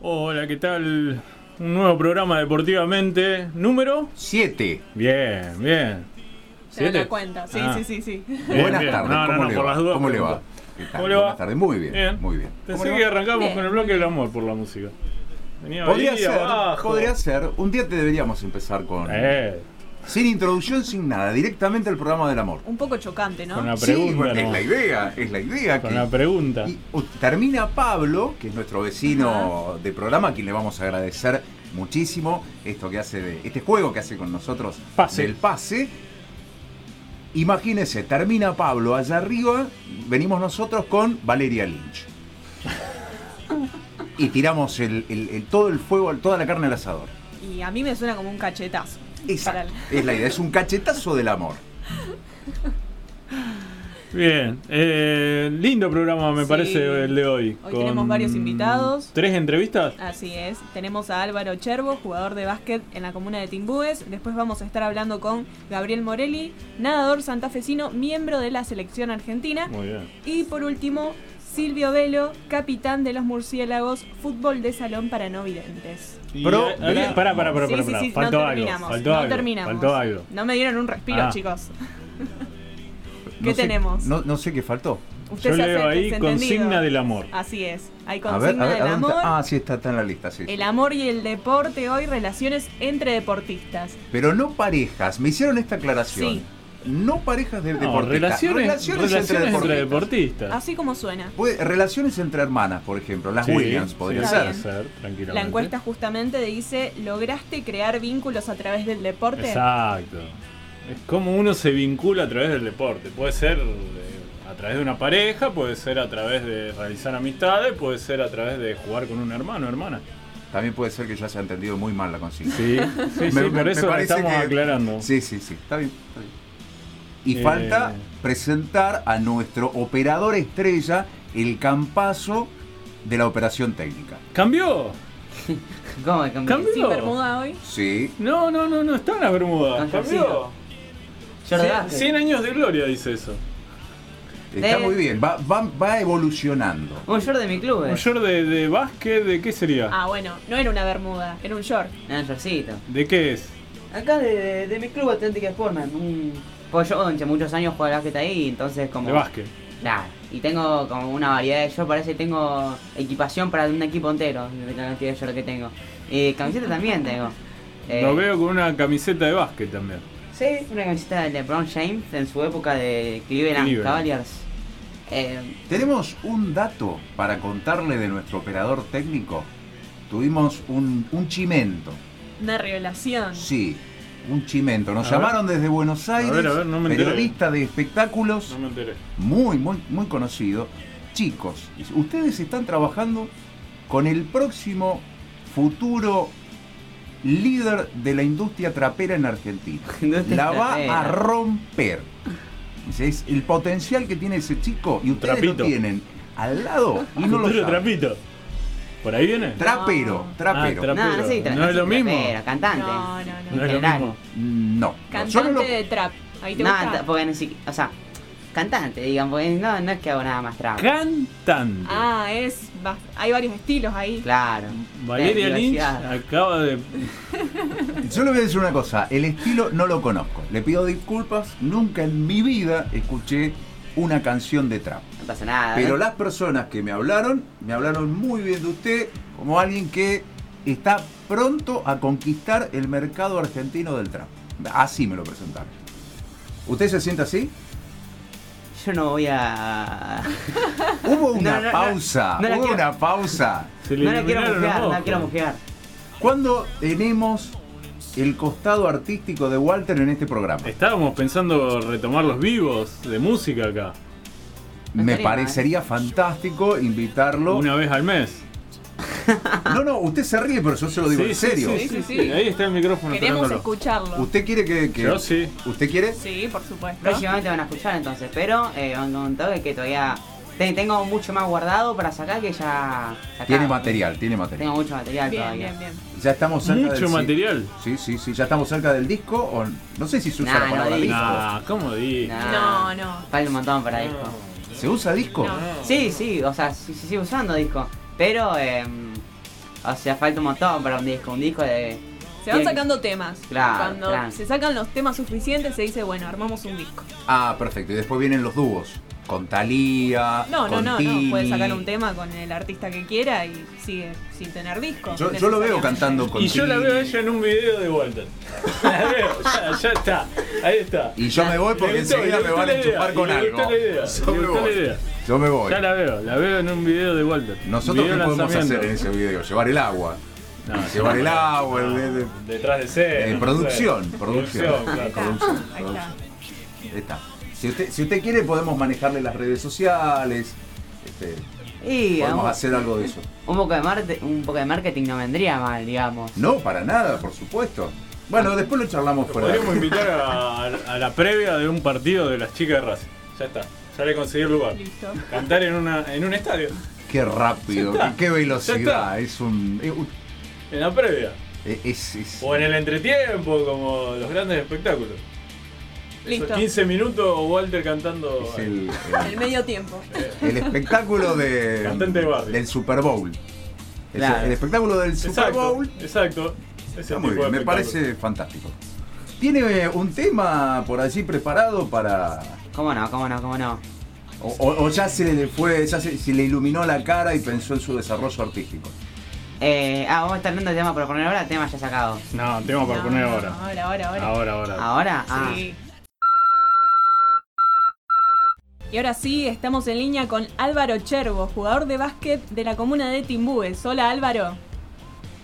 Hola, ¿qué tal? Un nuevo programa deportivamente. ¿Número? Siete. Bien, bien. Se da ¿Siete? la cuenta, sí, Ah. sí, sí, sí. Bien, Buenas bien. tardes, No, no, ¿cómo, no, le, por va? las dudas ¿Cómo le va? pregunto. ¿Qué tal? ¿Cómo le Buenas va? tardes, muy bien, Bien. muy bien. Pensé ¿Cómo que le va? arrancamos Bien. con el bloque del amor por la música. Venía Podría ahí ser, abajo. podría ser. Un día te deberíamos empezar con. Eh, Sin introducción, sin nada, directamente al programa del amor. Un poco chocante, ¿no? con la Sí, pregunta. bueno, es nomás. la idea, es la idea. con que- la pregunta. y, uh, termina Pablo, que es nuestro vecino de programa, a quien le vamos a agradecer muchísimo esto que hace de, este juego que hace con nosotros Pase. del pase. Imagínense, termina Pablo allá arriba, venimos nosotros con Valeria Lynch. Y tiramos el, el- el- todo el fuego, toda la carne al asador. Y a mí me suena como un cachetazo. Esa Para es la idea, es un cachetazo del amor. Bien, eh, lindo programa me Sí. parece el de hoy. Hoy tenemos varios invitados. Ah. ¿Tres entrevistas? Así es. Tenemos a Álvaro Chervo, jugador de básquet en la comuna de Timbúes. Después vamos a estar hablando con Gabriel Morelli, nadador santafesino, miembro de la selección argentina. Muy bien. Y por último, Silvio Velo, capitán de los murciélagos, fútbol de salón para no videntes. Y Pro- ahí- ahí- Pará, pará, pará, Sí, pará, sí, pará. sí, Faltó no algo. terminamos. faltó no algo, terminamos. Faltó algo. No me dieron un respiro, Ah. chicos. No ¿Qué sé- tenemos? No, no sé qué faltó. Usted Yo se leo hace ahí desentendido. consigna del amor. Así es. Hay A consigna ver, a ver, del ¿a dónde amor. está? Ah, sí, está, está en la lista, sí. sí. El amor y el deporte hoy, relaciones entre deportistas. Pero no parejas, me hicieron esta aclaración. Sí. No parejas de No, deportistas. relaciones, relaciones entre deportistas. deportistas. Así como suena. Puede- relaciones entre hermanas, por ejemplo, las Sí, Williams sí, podría está ser. bien. tranquilamente. La encuesta justamente dice, ¿lograste crear vínculos a través del deporte? Exacto. Es como uno se vincula a través del deporte. Puede ser eh, a través de una pareja, puede ser a través de realizar amistades, puede ser a través de jugar con un hermano, hermana. También puede ser que ya se ha entendido muy mal la consigna. Sí, sí, sí, Me- me- por me eso la parece estamos que- aclarando. Sí, sí, sí, está bien. está bien. Y Eh. falta presentar a nuestro operador estrella el campazo de la operación técnica. ¿Cambió? ¿Cómo que cambió? ¿Cambió? ¿Sin bermuda hoy? Sí, No, no, no, no está en la bermuda. Con ¿Cambió? shortcito. Yo de Cien- básquet. 100 años de gloria dice eso. está Eh. muy bien, va, va, va evolucionando. Un short de mi club. eh. ¿Un short de, de básquet de qué sería? Pues. Ah, bueno, no era una bermuda, era un short. Ah, un shortcito. ¿De qué es? Acá de, de, mi club Atlética Sportman. Un... Pues yo durante muchos años juego al básquet ahí, entonces como... De básquet. Claro. Y tengo como una variedad de shorts, parece que tengo equipación para un equipo entero, de la cantidad de shorts que tengo. Y camiseta también tengo. Eh, Lo veo con una camiseta de básquet también. Sí, una camiseta de LeBron James en su época de Cleveland, Cleveland. Cavaliers. Eh, Tenemos un dato para contarle de nuestro operador técnico. Tuvimos un, un chimento. Una revelación. Sí, un chimento. Nos A llamaron desde Buenos Aires, ver, a ver, no me enteré. periodista de espectáculos, No me enteré. muy, muy, muy conocido. Chicos, dice, ustedes están trabajando con el próximo futuro líder de la industria trapera en Argentina. Industria la va trapera. a romper. Dice, Es el potencial que tiene ese chico y ustedes Trapito. lo tienen al lado y Ah, no lo Futuro saben. trapito. ¿Por ahí viene? Trapero, No. trapero. Ah, trap- no, no sé si tra- ¿No es sé lo si mismo? trapero, cantante. No, no, no. No es lo general. mismo. no. Yo Cantante no lo- de trap. Ahí te No, gusta. ta- porque ni siquiera. O sea, cantante, digan, porque no, no es que hago nada más trap. Cantante. Ah, es. va- Hay varios estilos ahí. Claro. Valeria Eh, Lynch diversidad. acaba de. Yo le voy a decir una cosa, el estilo no lo conozco. Le pido disculpas, nunca en mi vida escuché una canción de trap. No pasa nada. Pero ¿no? las personas que me hablaron, me hablaron muy bien de usted como alguien que está pronto a conquistar el mercado argentino del trap. Así me lo presentaron. ¿Usted se siente así? Yo no voy a. Hubo una No, no, no. pausa, No la hubo quiero. una pausa. Se le no la quiero iluminaron los mujear, no la ojos. quiero mujear. ¿Cuándo tenemos el costado artístico de Walter en este programa? Estábamos pensando retomar los vivos de música acá. No Me estaría mal. parecería fantástico invitarlo. Una vez al mes. No, no, usted se ríe, pero yo se lo digo en serio. Sí, sí, Sí, sí, sí. Ahí está el micrófono. Queremos tocándolo. escucharlo. ¿Usted quiere que, que- Yo sí. ¿Usted quiere? Sí, por supuesto. Próximamente van a escuchar entonces, pero eh, van con todo que todavía. te- tengo mucho más guardado para sacar que ya. sacado. Tiene material, tiene material. Tengo mucho material Bien, todavía. bien, bien. Ya estamos cerca del Mucho sí. material. Sí, sí, sí. Ya estamos cerca del disco. O, no sé si se usa Nah, la no palabra digo. disco. Nah, ¿cómo di? Nah, No, no. Falta un montón para disco. ¿Se usa disco? No. Sí, sí, o sea, sí, sí, sigo usando disco. Pero eh, O sea, falta un montón para un disco. Un disco de. Se van tiene- sacando temas. Claro, Cuando claro. se sacan los temas suficientes, se dice, bueno, armamos un disco. Ah, perfecto. Y después vienen los dúos. Con Talía. No, no, con no, Tini. no. Puede sacar un tema con el artista que quiera y sigue sin tener disco. Yo, yo lo veo necesariamente. cantando con Y yo la Tini. veo a ella en un video de Walter. La veo, ya, ya está. Ahí está. Y yo me voy porque Le gustó, enseguida le me gustó van a la idea, enchufar con le algo. gustó la idea, Yo le me gustó la voy. idea. Yo me voy. Ya la veo, la veo en un video de Walter. Nosotros qué Video podemos lanzamiento. hacer en ese video, llevar el agua. No, llevar el agua, el- el- no, detrás de eh, ser. producción, producción. claro. Ahí está, ahí está. Ahí está. Si usted, si usted quiere podemos manejarle las redes sociales. este, Y podemos un, hacer algo de eso. un poco de marte- un poco de marketing no vendría mal, digamos. No, para nada, por supuesto. Bueno, después lo charlamos fuera. Podríamos invitar a, a la previa de un partido de las chicas de Racing. Ya está. Ya le conseguí el lugar. Listo. Cantar en, una, en un estadio. Qué rápido, Ya qué, está, qué ya velocidad. está. Es un. eh, uy, En la previa. eh, es- es- O en el entretiempo, como los grandes espectáculos. Esos Listo. 15 minutos Walter cantando. es el, El medio tiempo. el- el espectáculo de, Cantante de barrio. del Super Bowl. El, Claro. el espectáculo del Super Exacto, Bowl. exacto. Ese Está muy tipo de bien, me espectáculo. parece fantástico. ¿Tiene eh, un tema por allí preparado para.? ¿Cómo no? ¿Cómo no? ¿Cómo no? O, o- o ya se le fue, ya se, se le iluminó la cara y pensó en su desarrollo artístico. Eh, ah, vamos a estar hablando de tema para poner ahora, tema ya sacado. No, tema para No, poner no, ahora. no, Ahora, ahora, ahora. Ahora, ahora. ¿Ahora? Ah. Sí. Y ahora sí, estamos en línea con Álvaro Chervo, jugador de básquet de la comuna de Timbúes. Hola Álvaro,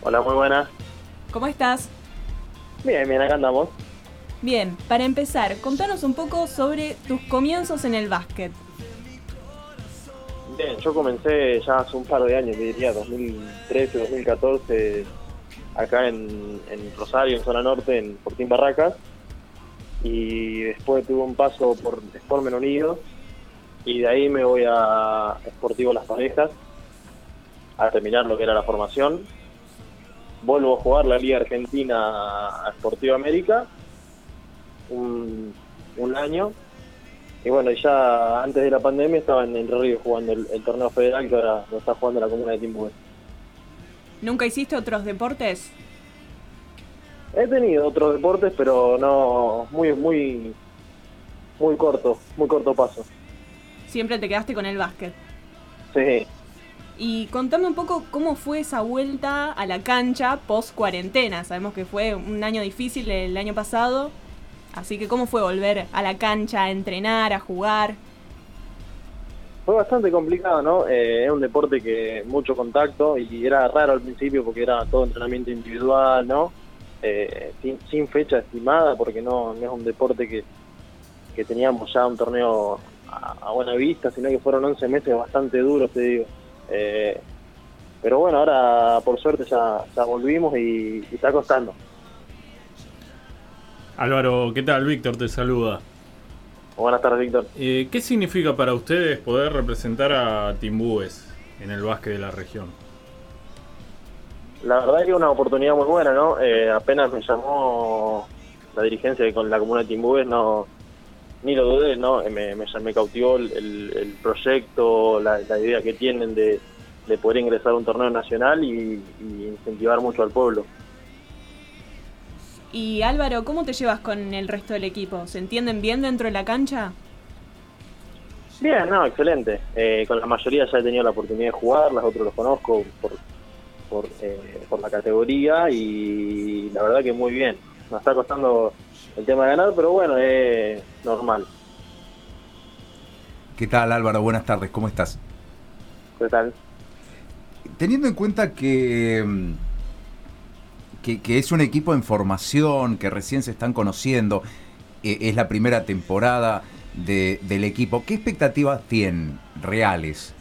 Hola, muy buenas. ¿cómo estás? Bien, bien, acá andamos. Bien, para empezar, contanos un poco sobre tus comienzos en el básquet. Bien, yo comencé ya hace un par de años, te diría, 2013, 2014, acá en, en Rosario, en zona norte, en Fortín Barracas. Y después tuve un paso por Sport Menonido. Y de ahí me voy a Sportivo Las Parejas a terminar lo que era la formación. Vuelvo a jugar la Liga Argentina a Sportivo América un, un año Y bueno, y ya antes de la pandemia estaba en Entre Ríos jugando el, el torneo federal que ahora lo está jugando la comuna de Timbuktu. ¿Nunca hiciste otros deportes? He tenido otros deportes, pero no muy muy muy corto, muy corto paso. Siempre te quedaste con el básquet. Sí. Y contame un poco cómo fue esa vuelta a la cancha post cuarentena. Sabemos que fue un año difícil el año pasado, así que cómo fue volver a la cancha, a entrenar, a jugar. Fue bastante complicado, ¿no? Eh, es un deporte que mucho contacto y era raro al principio porque era todo entrenamiento individual, ¿no? Eh, sin, sin fecha estimada porque no, no es un deporte que, que teníamos ya un torneo a, a buena vista, sino que fueron 11 meses bastante duros, te digo. Eh, pero bueno, ahora por suerte ya, ya volvimos y, y está costando. Álvaro, ¿qué tal? Víctor te saluda. Buenas tardes, Víctor. Eh, ¿Qué significa para ustedes poder representar a Timbúes en el básquet de la región? La verdad que una oportunidad muy buena, ¿no? Eh, apenas me llamó la dirigencia de- con la comuna de Timbúes, no, ni lo dudé, ¿no? Eh, Me, me, me cautivó el, el- el proyecto, la, la idea que tienen de, de poder ingresar a un torneo nacional y, y incentivar mucho al pueblo. Y Álvaro, ¿cómo te llevas con el resto del equipo? ¿Se entienden bien dentro de la cancha? Bien, no, excelente. Eh, con la mayoría ya he tenido la oportunidad de jugar, las otros los conozco por, por, eh, por la categoría y la verdad que muy bien. Nos está costando el tema de ganar, pero bueno, es normal. ¿Qué tal Álvaro? Buenas tardes, ¿cómo estás? ¿Qué tal? Teniendo en cuenta que, mm, que, que es un equipo en formación, que recién se están conociendo, eh, es la primera temporada de- del equipo, ¿qué expectativas tienen reales?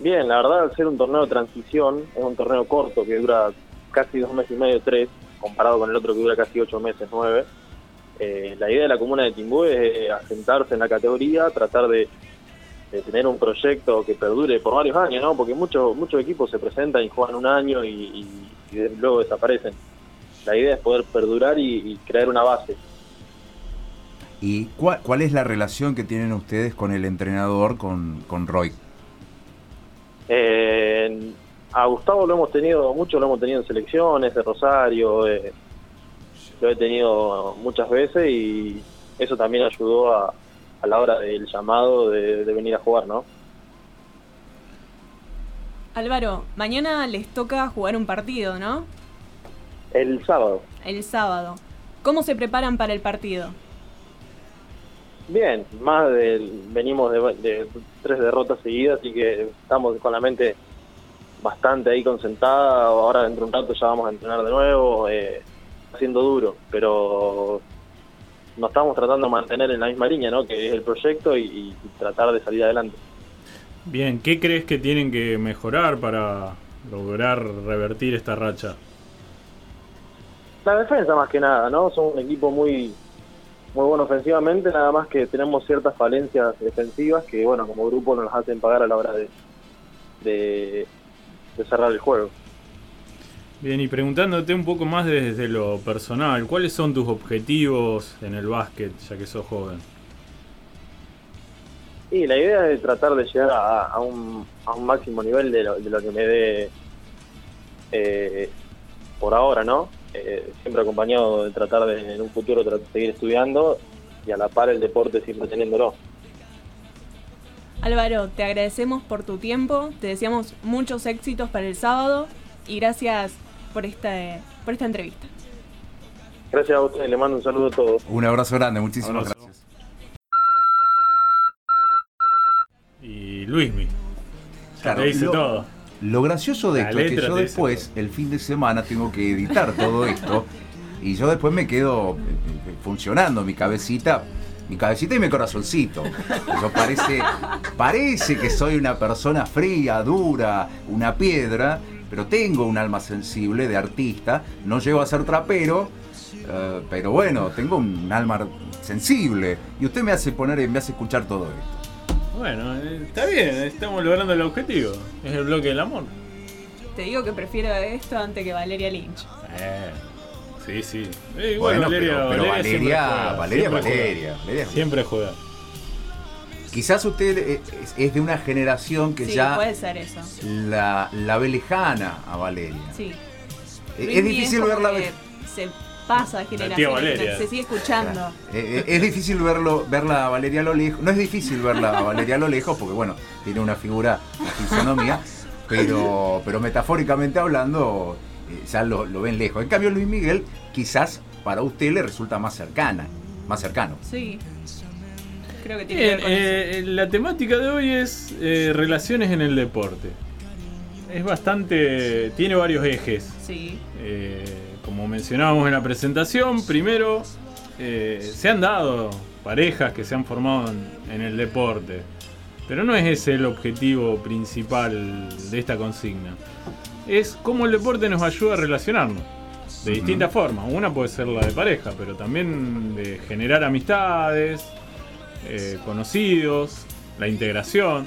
Bien, la verdad, al ser un torneo de transición, es un torneo corto que dura casi dos meses y medio, tres, comparado con el otro que dura casi ocho meses, nueve. Eh, la idea de la comuna de Timbú es eh, asentarse en la categoría, tratar de, de tener un proyecto que perdure por varios años, ¿no? Porque muchos muchos equipos se presentan y juegan un año y, y- y de- luego desaparecen. La idea es poder perdurar y- y crear una base. ¿Y cuál, cuál es la relación que tienen ustedes con el entrenador, con, con Roy? Eh, a Gustavo lo hemos tenido, mucho lo hemos tenido en selecciones, de Rosario, eh, lo he tenido muchas veces y eso también ayudó a, a la hora del llamado de, de venir a jugar, ¿no? Álvaro, mañana les toca jugar un partido, ¿no? El sábado. El sábado. ¿Cómo se preparan para el partido? Bien, más de, venimos de, de tres derrotas seguidas, así que estamos con la mente bastante ahí concentrada. Ahora dentro de un rato ya vamos a entrenar de nuevo, eh, haciendo duro, pero nos estamos tratando de mantener en la misma línea, ¿no? Que es el proyecto y, y tratar de salir adelante. Bien, ¿qué crees que tienen que mejorar para lograr revertir esta racha? La defensa más que nada, ¿no? Somos un equipo muy muy bueno ofensivamente, nada más que tenemos ciertas falencias defensivas que, bueno, como grupo nos las hacen pagar a la hora de, de, de cerrar el juego. Bien, y preguntándote un poco más desde lo personal, ¿cuáles son tus objetivos en el básquet, ya que sos joven? Y la idea es tratar de llegar a, a un, a un máximo nivel de lo, de lo que me dé eh, por ahora, ¿no? Eh, siempre acompañado de tratar de en un futuro tra- seguir estudiando y a la par el deporte siempre teniéndolo. Álvaro, te agradecemos por tu tiempo, te deseamos muchos éxitos para el sábado y gracias por esta, por esta entrevista. Gracias a ustedes, le mando un saludo a todos. Un abrazo grande, muchísimas Abrazo. gracias. Y Luismi. Ya Claro, te dice lo- todo. Lo gracioso de La esto es que letra yo te dice después, el fin de semana, tengo que editar todo esto. Y yo después me quedo eh, eh, funcionando mi cabecita, mi cabecita y mi corazoncito. Yo parece, parece que soy una persona fría, dura, una piedra, pero tengo un alma sensible de artista. No llego a ser trapero, eh, pero bueno, tengo un alma sensible. Y usted me hace poner, me hace escuchar todo esto. Bueno, eh, está bien, estamos logrando el objetivo. Es el bloque del amor. Te digo que prefiero esto antes que Valeria Lynch. Eh, sí, sí. Eh, igual Bueno, Valeria, pero- pero Valeria siempre Valeria- juega, Valeria, siempre juega. Valeria, Valeria es- Siempre juega. Quizás usted eh, es- es de una generación que Sí, ya puede ser eso. la, la ve lejana a Valeria. E, Sí. Es, Luismi es difícil como verla. que Se pasa de tía generación, en Valeria. generación, se sigue escuchando. Eh, eh, es difícil verlo, verla a Valeria a lo lejos. No es difícil verla a Valeria a lo lejos, porque bueno, tiene una figura, una fisonomía, pero, pero metafóricamente hablando, eh, ya lo, lo ven lejos. En cambio, Luis Miguel, quizás para usted le resulta más cercana, más cercano. Sí. Creo que tiene que Bien, ver con eso. eh, la temática de hoy es eh, relaciones en el deporte. Es bastante. tiene varios ejes. Sí. Eh, como mencionábamos en la presentación, primero eh, se han dado parejas que se han formado en, en el deporte, pero no es ese el objetivo principal de esta consigna. Es cómo el deporte nos ayuda a relacionarnos de Ujú. distintas formas. Una puede ser la de pareja, pero también de generar amistades, eh, conocidos, la integración,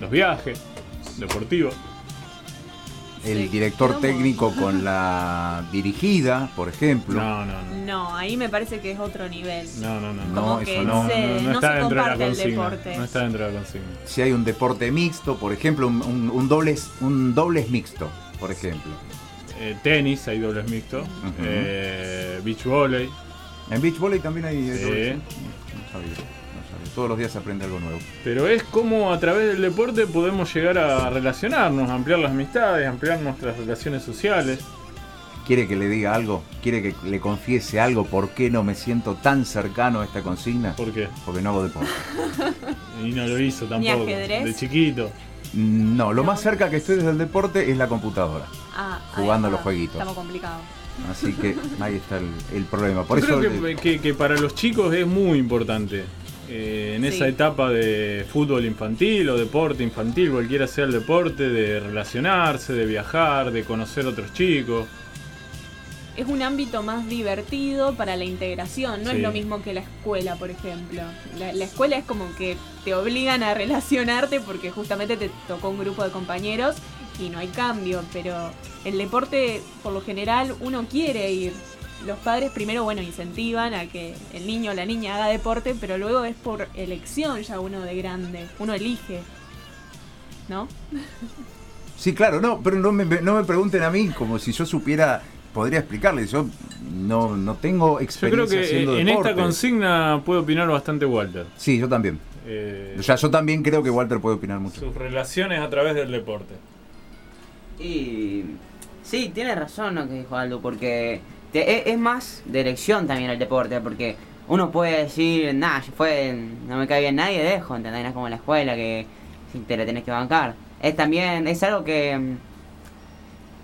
los viajes deportivos. El Sí, director vamos. técnico con la dirigida, por ejemplo. No, no, no. No, ahí me parece que es otro nivel. No, no, no. No, Como eso que no. se- no, se comparte el consigna. deporte. No está dentro de la consigna. si hay un deporte mixto, por ejemplo, un, un, un dobles, un dobles mixto, por ejemplo. Eh, tenis, hay dobles mixtos. Eh, beach volley. En beach volley también hay Sí. dobles. ¿eh? No sabía, no sabía. Todos los días se aprende algo nuevo. Pero es como a través del deporte podemos llegar a relacionarnos, ampliar las amistades, ampliar nuestras relaciones sociales. ¿Quiere que le diga algo? ¿Quiere que le confiese algo? ¿Por qué no me siento tan cercano a esta consigna? ¿Por qué? Porque no hago deporte. Y no lo hizo tampoco. ajedrez? De chiquito. No, lo más cerca que estoy desde el deporte es la computadora. Ah, ahí Jugando está. los jueguitos. Estamos complicados. Así que ahí está el, el problema. Por Yo eso creo que, que- que para los chicos es muy importante. eh, en Sí. esa etapa de fútbol infantil o deporte infantil, cualquiera sea el deporte, de relacionarse, de viajar, de conocer otros chicos. Es un ámbito más divertido para la integración, no Sí. es lo mismo que la escuela, por ejemplo. La, la escuela es como que te obligan a relacionarte porque justamente te tocó un grupo de compañeros y no hay cambio, pero el deporte por lo general uno quiere ir. Los padres primero, bueno, incentivan a que el niño o la niña haga deporte, pero luego es por elección ya uno de grande, uno elige, ¿no? Sí, claro, no, pero no me, no me pregunten a mí como si yo supiera, podría explicarles. Yo no, no tengo Yo creo experiencia que haciendo eh, en deporte. esta consigna puede opinar bastante Walter. Sí, yo también. Eh, O sea, yo también creo que Walter puede opinar mucho. sus relaciones a través del deporte. Y sí, tiene razón lo que dijo Aldo, porque te- e- es, más de elección también el deporte, porque uno puede decir, nah, yo fue, no me cae bien nadie, dejo, ¿entendés? No es como en la escuela que si te la tenés que bancar. Es también, es algo que, mm,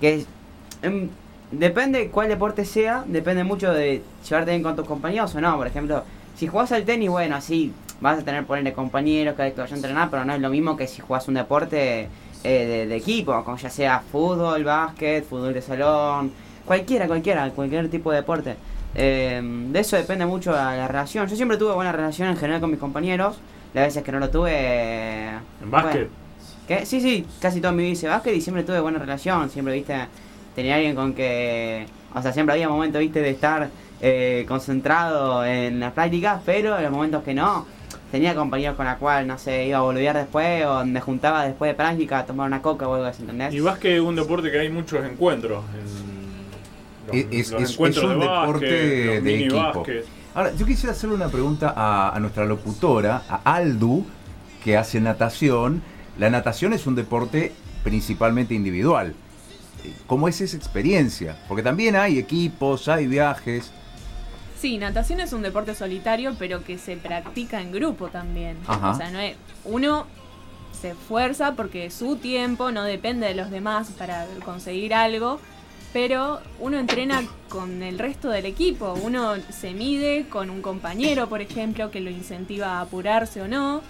que es- em, depende cuál deporte sea, depende mucho de llevarte bien con tus compañeros o no, por ejemplo, si jugás al tenis, bueno, sí, vas a tener ponerle compañeros cada vez que vayas a entrenar, pero no es lo mismo que si jugás un deporte eh, de, de equipo, como ya sea fútbol, básquet, fútbol de salón, cualquiera, cualquiera, cualquier tipo de deporte. Eh, de eso depende mucho la, la relación. Yo siempre tuve buena relación en general con mis compañeros. Las veces que no lo tuve... eh, En básquet. bueno, ¿Qué? Sí, sí, casi toda mi vida hice básquet y siempre tuve buena relación, siempre, viste, tenía alguien con que... O sea, siempre había momentos, viste, de estar eh, concentrado en las prácticas, pero en los momentos que no, tenía compañeros con la cual, no sé, iba a volver después o me juntaba después de práctica a tomar una coca o algo así, ¿entendés? Y básquet es un deporte que hay muchos encuentros. en los- Es- es- los es- encuentros es un de básquet, deporte los de mini equipo. básquet. Ahora, yo quisiera hacerle una pregunta a, a nuestra locutora, a Aldu, que hace natación. La natación es un deporte principalmente individual. Eh, ¿Cómo es esa experiencia? Porque también hay equipos, hay viajes. Sí, natación es un deporte solitario, pero que se practica en grupo también. Ajá. O sea, no es, uno se esfuerza porque su tiempo no depende de los demás para conseguir algo, pero uno entrena con el resto del equipo. Uno se mide con un compañero, por ejemplo, que lo incentiva a apurarse o no.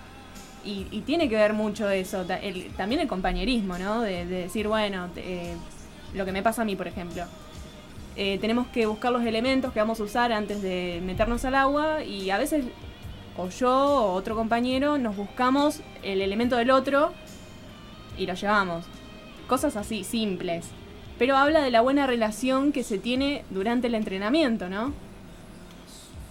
Y, y tiene que ver mucho eso. Ta- el- también el compañerismo, ¿no? De, de decir, bueno, te- eh, lo que me pasa a mí, por ejemplo. Eh, tenemos que buscar los elementos que vamos a usar antes de meternos al agua y a veces o yo o otro compañero nos buscamos el elemento del otro y lo llevamos. Cosas así, simples. Pero habla de la buena relación que se tiene durante el entrenamiento, ¿no?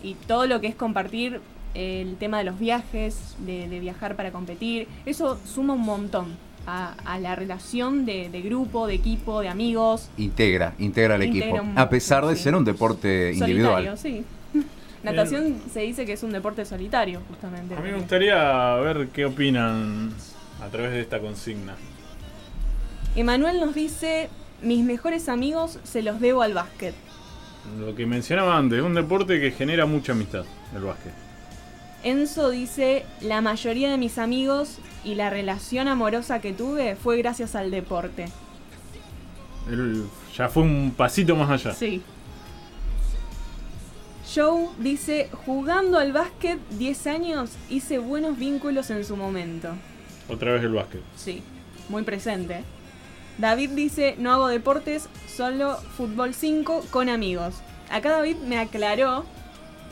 Y todo lo que es compartir eh, el tema de los viajes, de, de viajar para competir, eso suma un montón a, a la relación de- de grupo, de equipo, de amigos. Integra, integra al Integra equipo. un- A pesar de sí. ser un deporte individual. Solitario, sí. Natación se dice que es un deporte solitario, justamente. A mí me gustaría ver qué opinan a través de esta consigna. Emanuel nos dice, mis mejores amigos se los debo al básquet. Lo que mencionaba antes, un deporte que genera mucha amistad, el básquet. Enzo dice, la mayoría de mis amigos y la relación amorosa que tuve fue gracias al deporte. Él ya fue un pasito más allá. Sí. Joe dice, jugando al básquet 10 años hice buenos vínculos en su momento. Otra vez el básquet. Sí, muy presente. David dice, no hago deportes, solo fútbol 5 con amigos. Acá David me aclaró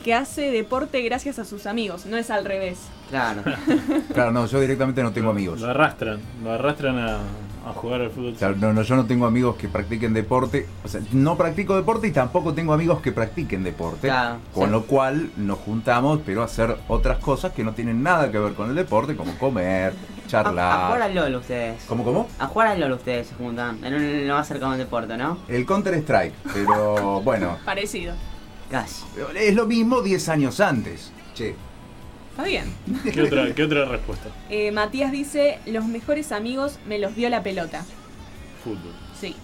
que hace deporte gracias a sus amigos, no es al revés. Claro. Claro, no, yo directamente no tengo amigos. Lo arrastran, lo arrastran a, a jugar al fútbol. O sea, no, no, yo no tengo amigos que practiquen deporte. O sea, no practico deporte y tampoco tengo amigos que practiquen deporte. Claro, con sí. lo cual nos juntamos, pero a hacer otras cosas que no tienen nada que ver con el deporte, como comer, A, a jugar charlar. al LOL ustedes. ¿Cómo, cómo? A jugar al LOL ustedes se juntan, en un, lo más cercano al deporte, ¿no? El Counter Strike. Pero bueno, Parecido. Casi. es lo mismo 10 años antes. Che. Está bien. ¿Qué otra, qué otra respuesta? Eh, Matías dice, los mejores amigos me los dio la pelota. Fútbol. Sí.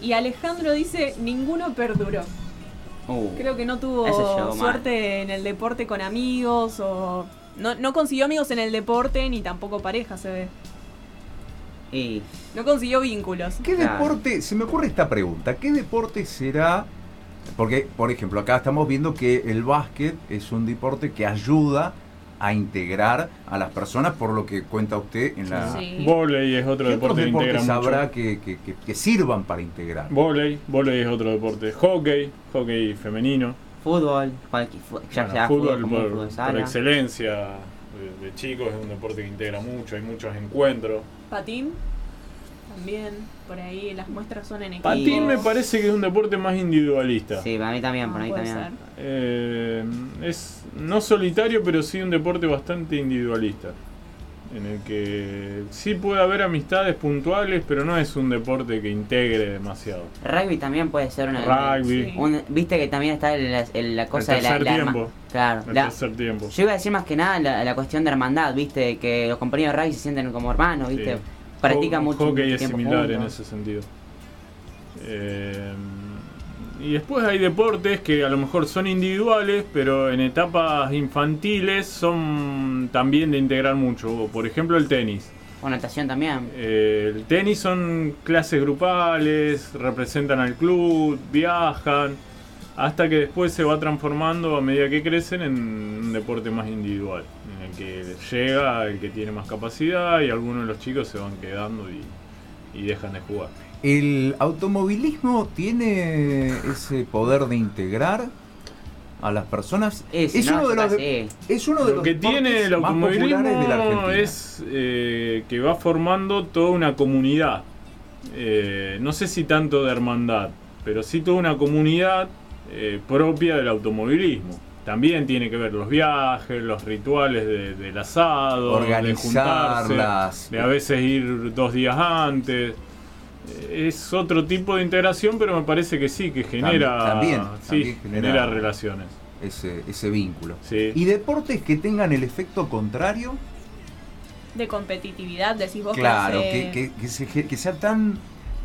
Y Alejandro dice, ninguno perduró. Uh. Creo que no Ese llegó tuvo mal. suerte en el deporte con amigos o... No, no consiguió amigos en el deporte ni tampoco pareja, se ve. Y No consiguió vínculos. ¿Qué Claro. deporte, se me ocurre esta pregunta, ¿qué deporte será? Porque, por ejemplo, acá estamos viendo que el básquet es un deporte que ayuda a integrar a las personas, por lo que cuenta usted en la... Sí. Voley es otro ¿Qué otros deporte que integra deportes habrá mucho. que, que- que- que sirvan para integrar? Voley, voley es otro deporte. Hockey, hockey femenino. fútbol, cualquier, fu- ya Bueno, sea fútbol, fútbol, como por, fútbol por sala. excelencia de, de chicos, es un deporte que integra mucho, hay muchos encuentros. Patín, también, por ahí las muestras son en equipo. Patín me parece que es un deporte más individualista. Sí, para mí también, para Ah, mí puede también. ser. Eh, es no solitario, pero sí un deporte bastante individualista. en el que sí puede haber amistades puntuales, pero no es un deporte que integre demasiado. Rugby también puede ser una. Rugby, sí. un- Viste que también está el- el- la cosa El de la. tercer la herma- tiempo. Claro, el la- tercer tiempo. Yo iba a decir más que nada la, la cuestión de hermandad, viste, de que los compañeros de rugby se sienten como hermanos, viste. Sí. Practican Ho- mucho. Hockey es tiempo similar en juntos. ese sentido. Eh, y después hay deportes que a lo mejor son individuales, pero en etapas infantiles son también de integrar mucho. Por ejemplo, el tenis. O natación también. Eh, el tenis son clases grupales, representan al club, viajan, hasta que después se va transformando a medida que crecen en un deporte más individual, en el que llega el que tiene más capacidad y algunos de los chicos se van quedando y, y dejan de jugar. ¿El automovilismo tiene ese poder de integrar a las personas? Eh, si es, no, uno de ya los de- está, es uno de Lo los que deportes tiene el más populares de la automovilismo Argentina. es eh, que va formando toda una comunidad. Eh, no sé si tanto de hermandad, pero sí toda una comunidad eh, propia del automovilismo. También tiene que ver los viajes, los rituales de- del asado, de Organizarlas. juntarse, de a veces ir dos días antes. Eh, Es otro tipo de integración, pero me parece que sí, que genera, también, sí, también genera- genera relaciones. ese, ese vínculo. Sí. ¿Y deportes que tengan el efecto contrario? De competitividad, decís vos. Claro, hace- que, que- que se ge- que sea tan,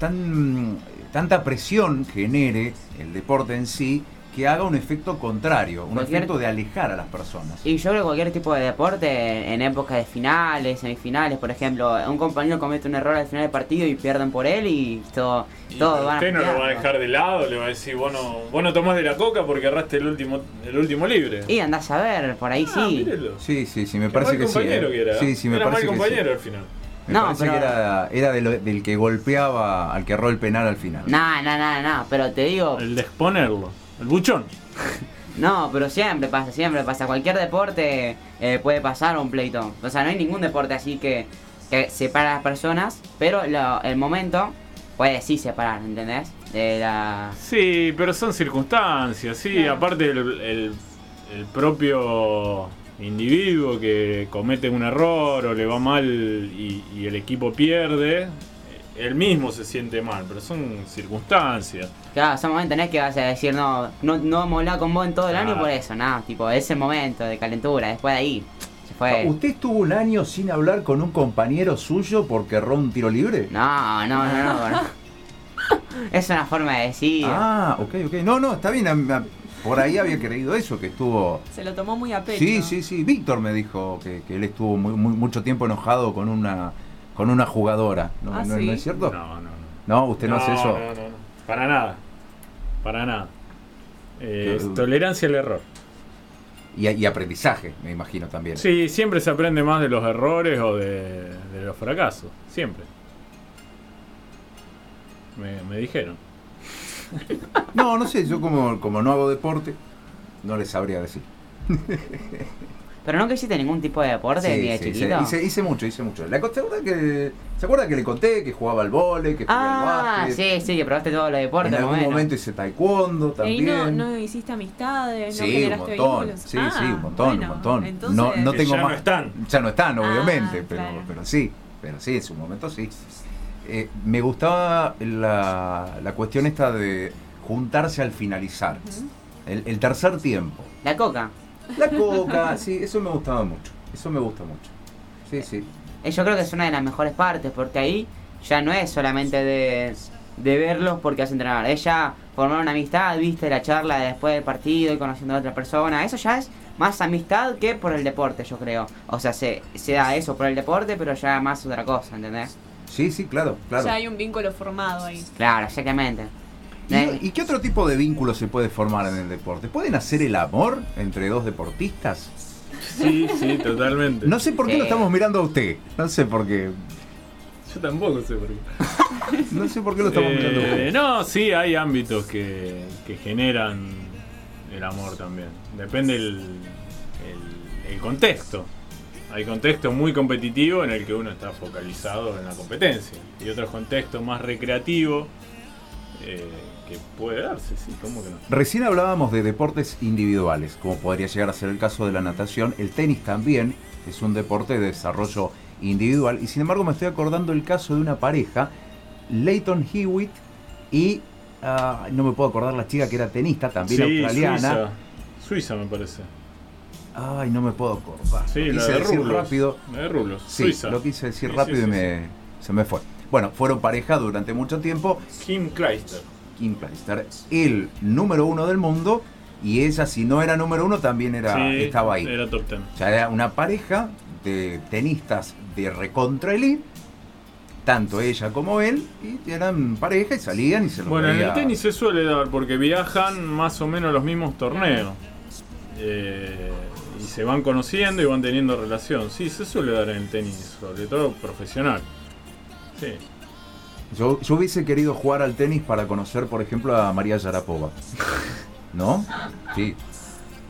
tan tanta presión genere el deporte en sí que haga un efecto contrario, un Cualquier- efecto de alejar a las personas. Y yo creo que cualquier tipo de deporte, en época de finales, semifinales, por ejemplo, un compañero comete un error al final del partido y pierden por él y todo, Y todo van a usted no lo putearlo. va a dejar de lado, le va a decir, vos no, vos no tomás de la coca porque erraste el último, el último libre. Y andás a ver, por ahí Ah, sí. mírelo. Sí, sí, sí, me Qué parece mal que sí. compañero ¿eh? que era. Sí, sí, me era mal parece que sí. compañero al final. Me No, parece pero- que era, era de lo- del que golpeaba al que erró el penal al final. Nah, nah, nah, nah, pero te digo, El de exponerlo. El buchón. no, pero siempre pasa, siempre pasa. Cualquier deporte eh, puede pasar un pleito. O sea, no hay ningún deporte así que, que separa a las personas, pero lo- el momento puede sí separar, ¿entendés? De la... Sí, pero son circunstancias, sí. Claro. Aparte el, el- el propio individuo que comete un error o le va mal y, y el equipo pierde, él mismo se siente mal, pero son circunstancias. Claro, son momentos, no es que vas a decir, no, no, no hemos hablado con vos en todo el Claro. año por eso, no, tipo, ese momento de calentura, después de ahí, se fue. Ah, ¿Usted estuvo un año sin hablar con un compañero suyo porque erró un tiro libre? No, no, no, no, no. Es una forma de decir. Ah, ok, ok. No, no, está bien. am- am- Por ahí había creído eso, que estuvo... Se lo tomó muy a pecho. Sí, sí, sí. Víctor me dijo que, que él estuvo muy, muy- mucho tiempo enojado con una, con una jugadora. ¿No, Ah, no- no sí. es cierto? No, no, no. usted Este no, hace eso. No, no, no. Para nada. Para nada. Eh, Qué es duro. tolerancia al error. Y, y aprendizaje, me imagino también. Sí, siempre se aprende más de los errores o de, de los fracasos. Siempre. Me, me dijeron. No, no sé, yo como, como no hago deporte, no le sabría decir. Pero nunca hiciste ningún tipo de deporte Sí, ni de sí, chiquito. sí, hice, hice mucho, hice mucho. La, co- ¿se, acuerda que, ¿Se acuerda que le conté que jugaba al vole, que jugaba al Ah, básquet? sí, sí, que probaste todos los En deportes. más o algún menos. momento hice taekwondo Ahí no, también. no hiciste amistades, no Sí, un generaste montón. vínculos. Sí, Ah, sí, un montón, bueno, un montón. entonces- no, no Que tengo ya no más. están. Ya no están, obviamente, Ah, pero, claro. pero sí. Pero sí, en su momento sí. Eh, me gustaba la, la cuestión esta de juntarse al finalizar. Ujú. El, el tercer tiempo. La coca. La coca, sí, eso me gustaba mucho. Eso me gusta mucho. Sí, sí. Eh, Yo creo que es una de las mejores partes, porque ahí ya no es solamente de, de verlos porque hacen entrenar. Es ya formar una amistad, viste, la charla de después del partido y conociendo a otra persona. Eso ya es más amistad que por el deporte, yo creo. O sea, se, se da eso por el deporte, pero ya más otra cosa, ¿entendés? Sí, sí, claro, claro. Ya hay un vínculo formado ahí. Claro, exactamente. Eh, ¿Y, y qué otro tipo de vínculo se puede formar en el deporte? ¿Pueden hacer el amor entre dos deportistas? Sí, sí, totalmente. No sé por qué Sí. lo estamos mirando a usted. No sé por qué. Yo tampoco sé por qué. No sé por qué lo estamos Eh, mirando a usted. no, sí, hay ámbitos que, que generan el amor también. Depende el, el- el contexto. Hay contextos muy competitivos en el que uno está focalizado en la competencia. Y otros contextos más recreativos eh, que puede darse, sí, ¿cómo que no? Recién hablábamos de deportes individuales, como podría llegar a ser el caso de la natación. El tenis también es un deporte de desarrollo individual. Y sin embargo me estoy acordando el caso de una pareja, Leighton Hewitt y ah, no me puedo acordar la chica que era tenista, también sí, australiana. Suiza. Suiza me parece. Ay, no me puedo acordar. Sí, Lo la quise de decir rulos. rápido. La de rulos. Sí, Suiza. lo quise decir Sí, rápido sí, y me, se me fue. Bueno, fueron pareja durante mucho tiempo. sí. Kim Kleister. Kim Clijsters, el número uno del mundo, y ella, si no era número uno, también era, Sí, estaba ahí. Era top ten. O sea, era una pareja de tenistas de recontra elite, tanto ella como él, y eran pareja y salían y se lo Bueno, en veía. el tenis se suele dar porque viajan más o menos los mismos torneos. Eh, y se van conociendo y van teniendo relación. Sí, se suele dar en el tenis, sobre todo profesional. Sí. Yo, yo hubiese querido jugar al tenis para conocer, por ejemplo, a María Yarapova. ¿No? Sí.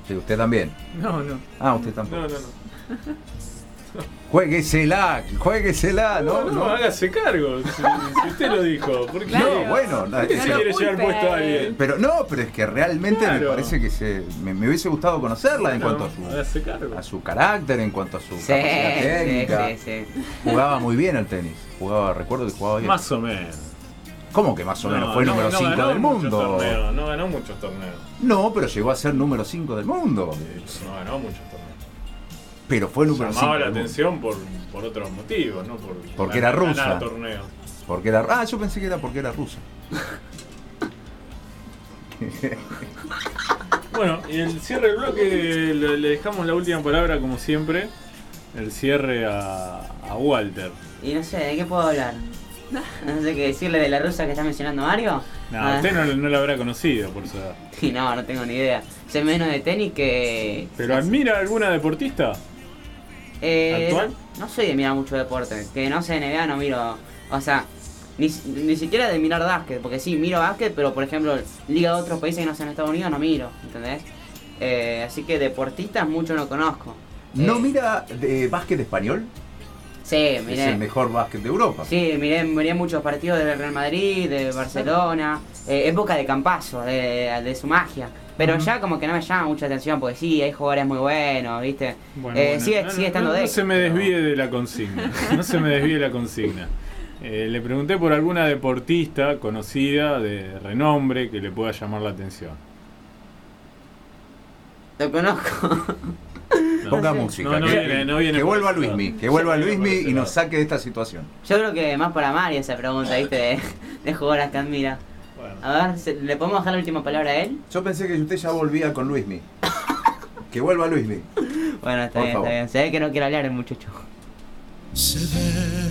Sí, usted también. No, no. Ah, usted tampoco. No, no, no. Jueguesela, jueguesela, No, ¿no? no, hágase cargo. Si, si usted lo dijo. ¿Por qué? Claro. No, bueno, no, eh. ¿Por qué se lo quiere llevar culpe puesto a a él. alguien? Pero no, pero es que realmente me Claro. parece que se, me, me hubiese gustado conocerla en cuanto a No, su, hágase cargo. a su carácter, en cuanto a su Sí, capacidad sí, técnica. sí, sí. Jugaba muy bien al tenis. Jugaba, recuerdo que jugaba bien. Más o menos. ¿Cómo que más o menos? Fue el número 5 ganó del muchos mundo. torneos, No ganó muchos torneos. No, pero llegó a ser número 5 del mundo. No ganó muchos torneos. Pero fue número 5. Llamaba la atención por, por otros motivos, ¿no? Por Porque ganar- era rusa. ganar torneos. Porque era. Ah, yo pensé que era porque era rusa. Bueno, y el cierre del bloque le, le dejamos la última palabra, como siempre. El cierre a, a Walter. Y no sé, ¿de qué puedo hablar? No sé qué decirle de la rusa que está mencionando Mario. No, Ah, usted no, no la habrá conocido por su edad. y no, no tengo ni idea. Sé menos de tenis que. ¿Pero admira alguna deportista? Eh, ¿Actual? No soy de mirar mucho deporte. Que no sé, NBA no miro. O sea, ni, si- ni siquiera de mirar básquet. Porque sí, miro básquet, pero por ejemplo, liga de otros países que no sean Estados Unidos no miro. ¿Entendés? Eh, así que deportistas mucho no conozco. ¿No Eh, mira de básquet español? Sí, Es el miré. mejor básquet de Europa. Sí, miré, miré muchos partidos del Real Madrid, de Barcelona. eh, época de Campazo, de, de su magia. Pero ya como que no me llama mucha atención, porque sí, hay jugadores muy buenos, ¿viste? Bueno, Eh, bueno, sigue, no, sigue no, estando no, de no se me desvíe de la consigna. No se me desvíe la consigna. Eh, le pregunté por alguna deportista conocida de renombre que le pueda llamar la atención. Lo conozco. No. Ponga No, música. no, no que, viene, no viene que por vuelva ese Luismi, lado. que vuelva Sí, Luismi por ese y nos lado. saque de esta situación. Yo creo que más para Mario esa pregunta, ¿viste? De, de jugadoras que admira. Bueno. A ver, ¿se- ¿le podemos dejar la última palabra a él? Yo pensé que usted ya volvía con Luismi. que vuelva Luismi. Bueno, está Por bien, favor. está bien. Se ve que no quiere hablar el muchacho. Se ve